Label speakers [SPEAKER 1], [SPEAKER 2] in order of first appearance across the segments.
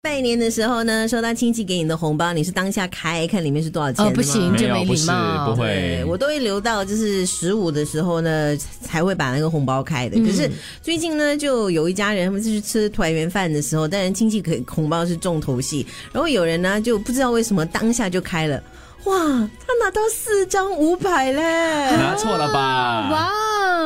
[SPEAKER 1] 拜年的时候呢，收到亲戚给你的红包，你是当下开看里面是多少钱
[SPEAKER 2] 哦
[SPEAKER 1] 的吗？
[SPEAKER 2] 不行
[SPEAKER 3] 没
[SPEAKER 2] 就
[SPEAKER 3] 有，
[SPEAKER 2] 没
[SPEAKER 3] 不
[SPEAKER 2] 礼
[SPEAKER 3] 是，
[SPEAKER 2] 貌
[SPEAKER 3] 不
[SPEAKER 1] 对
[SPEAKER 3] 会，
[SPEAKER 1] 我都会留到就是十五的时候呢，才会把那个红包开的。
[SPEAKER 2] 嗯
[SPEAKER 1] 可是最近呢，就有一家人他们就是吃团圆饭的时候，当然亲戚可以红包是重头戏，然后有人呢就不知道为什么当下就开了，哇，他拿到四张五百嘞，
[SPEAKER 3] 拿错了吧？
[SPEAKER 2] 哇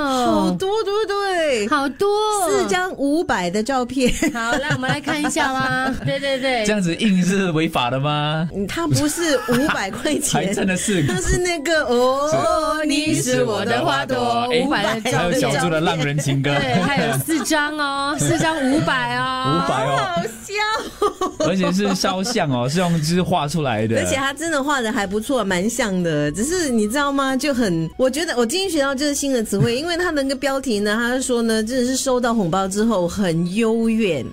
[SPEAKER 1] 好
[SPEAKER 2] 哦，
[SPEAKER 1] 多对不对？
[SPEAKER 2] 啊好多
[SPEAKER 1] 四。张五百的照片，
[SPEAKER 2] 好，来我们来看一下啦。 啊对对对
[SPEAKER 3] 这，样子硬是违法的吗？
[SPEAKER 1] 嗯他不是五百块
[SPEAKER 3] 还
[SPEAKER 1] 钱，
[SPEAKER 3] 真的 是。
[SPEAKER 1] 他是那 个哦，你是我的花朵，
[SPEAKER 3] 哎
[SPEAKER 1] 五百的
[SPEAKER 3] 还
[SPEAKER 1] 照
[SPEAKER 3] 有小
[SPEAKER 1] 片
[SPEAKER 3] 猪的《浪人情歌
[SPEAKER 2] 对，》，还有四张 哦，四张五百
[SPEAKER 3] 五
[SPEAKER 2] 哦。
[SPEAKER 3] 百哦，
[SPEAKER 1] 好笑。
[SPEAKER 3] 而且是肖像哦，是用就是画出来的。
[SPEAKER 1] 而且他真的画的还不错，蛮像的。只是你知道吗？就很，我觉得我今天学到这个新的词汇，因为他的那个标题呢，他是说呢，真的是收到红包之后很幽怨，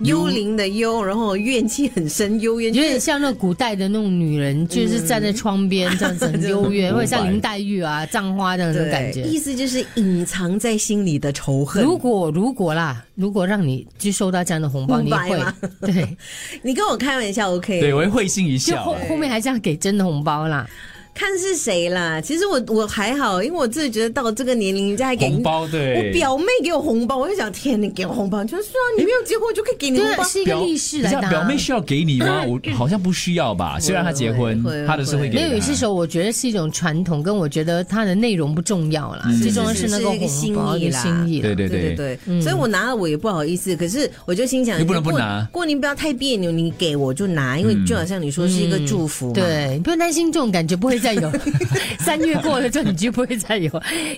[SPEAKER 1] 幽灵的幽，然后怨气很深，幽怨
[SPEAKER 2] 有
[SPEAKER 1] 嗯 就是
[SPEAKER 2] 点像那古代的那种女人，就是站在窗边这样子很幽怨，
[SPEAKER 3] 嗯
[SPEAKER 2] 或者像林黛玉啊、葬花的那种感觉
[SPEAKER 1] 对，。意思就是隐藏在心里的仇恨。
[SPEAKER 2] 如果如果啦，如果让你去收到这样的红包，
[SPEAKER 1] 五
[SPEAKER 2] 你
[SPEAKER 1] 百
[SPEAKER 2] 会
[SPEAKER 1] 吗
[SPEAKER 2] 对，
[SPEAKER 1] 你跟我开玩笑，OK？
[SPEAKER 3] 对，我会会心一
[SPEAKER 2] 就
[SPEAKER 3] 笑哎
[SPEAKER 2] 后。后面还这样给真的红包啦。
[SPEAKER 1] 看是谁啦。其实我我还好，因为我自己觉得到这个年龄，人家还给
[SPEAKER 3] 红。包
[SPEAKER 1] 我
[SPEAKER 3] 对，
[SPEAKER 1] 表妹给我红包，我就想天，你给我红包，就是说你没有结婚，我就可以给你红包
[SPEAKER 2] 对，。是一个
[SPEAKER 3] 表
[SPEAKER 2] 历史来
[SPEAKER 3] 等一下
[SPEAKER 2] 的啊。
[SPEAKER 3] 表妹需要给你 吗？我好像不需要吧。虽然她结婚
[SPEAKER 1] 会会，
[SPEAKER 3] 她的是会
[SPEAKER 2] 没
[SPEAKER 3] 给的啊。
[SPEAKER 2] 有，有些时候我觉得是一种传统，跟我觉得它的内容不重要啦，
[SPEAKER 3] 嗯
[SPEAKER 2] 最重要
[SPEAKER 1] 是是
[SPEAKER 2] 那个
[SPEAKER 1] 是一个
[SPEAKER 2] 红包
[SPEAKER 1] 心意
[SPEAKER 2] 的
[SPEAKER 1] 啦
[SPEAKER 2] 心意啦。
[SPEAKER 3] 对对
[SPEAKER 1] 对对，所以我拿了我也不好意思，可是我就心想，
[SPEAKER 3] 你不能
[SPEAKER 1] 过
[SPEAKER 3] 不拿嗯
[SPEAKER 1] 过年不要太别扭，你给我就拿，因为就好像你说是一个祝福嘛。
[SPEAKER 2] 对，你不用担心这种感觉不会再有。 三月过了之后，你就不会再有，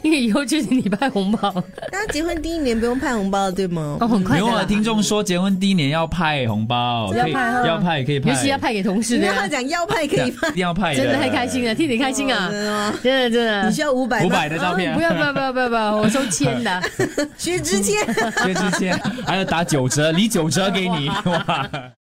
[SPEAKER 2] 因为以后就是你派红包，
[SPEAKER 1] 大家结婚第一年不用派红包，对吗？
[SPEAKER 2] 哦，很快
[SPEAKER 3] 没
[SPEAKER 2] 的
[SPEAKER 3] 有啊，
[SPEAKER 2] 啦。
[SPEAKER 3] 听众说结婚第一年要派红包，
[SPEAKER 2] 要
[SPEAKER 3] 可以
[SPEAKER 2] 派啊
[SPEAKER 3] 要派可以派，
[SPEAKER 2] 尤其要派给同事
[SPEAKER 1] 你
[SPEAKER 2] 的
[SPEAKER 1] 跟
[SPEAKER 2] 啊
[SPEAKER 1] 他，讲要派可
[SPEAKER 3] 对
[SPEAKER 1] 以
[SPEAKER 3] 一
[SPEAKER 1] 派，
[SPEAKER 3] 定要 派，
[SPEAKER 2] 真的太开心了，替你开心啊
[SPEAKER 1] 真！的吗
[SPEAKER 2] 真的真的
[SPEAKER 1] 哦你需要五百
[SPEAKER 3] 五
[SPEAKER 1] 吗？
[SPEAKER 3] 百的照片
[SPEAKER 2] 啊不，要不要不要不要不要，我收千的。
[SPEAKER 1] 薛之谦。
[SPEAKER 3] 薛之谦还要打九折，李九折给你哇。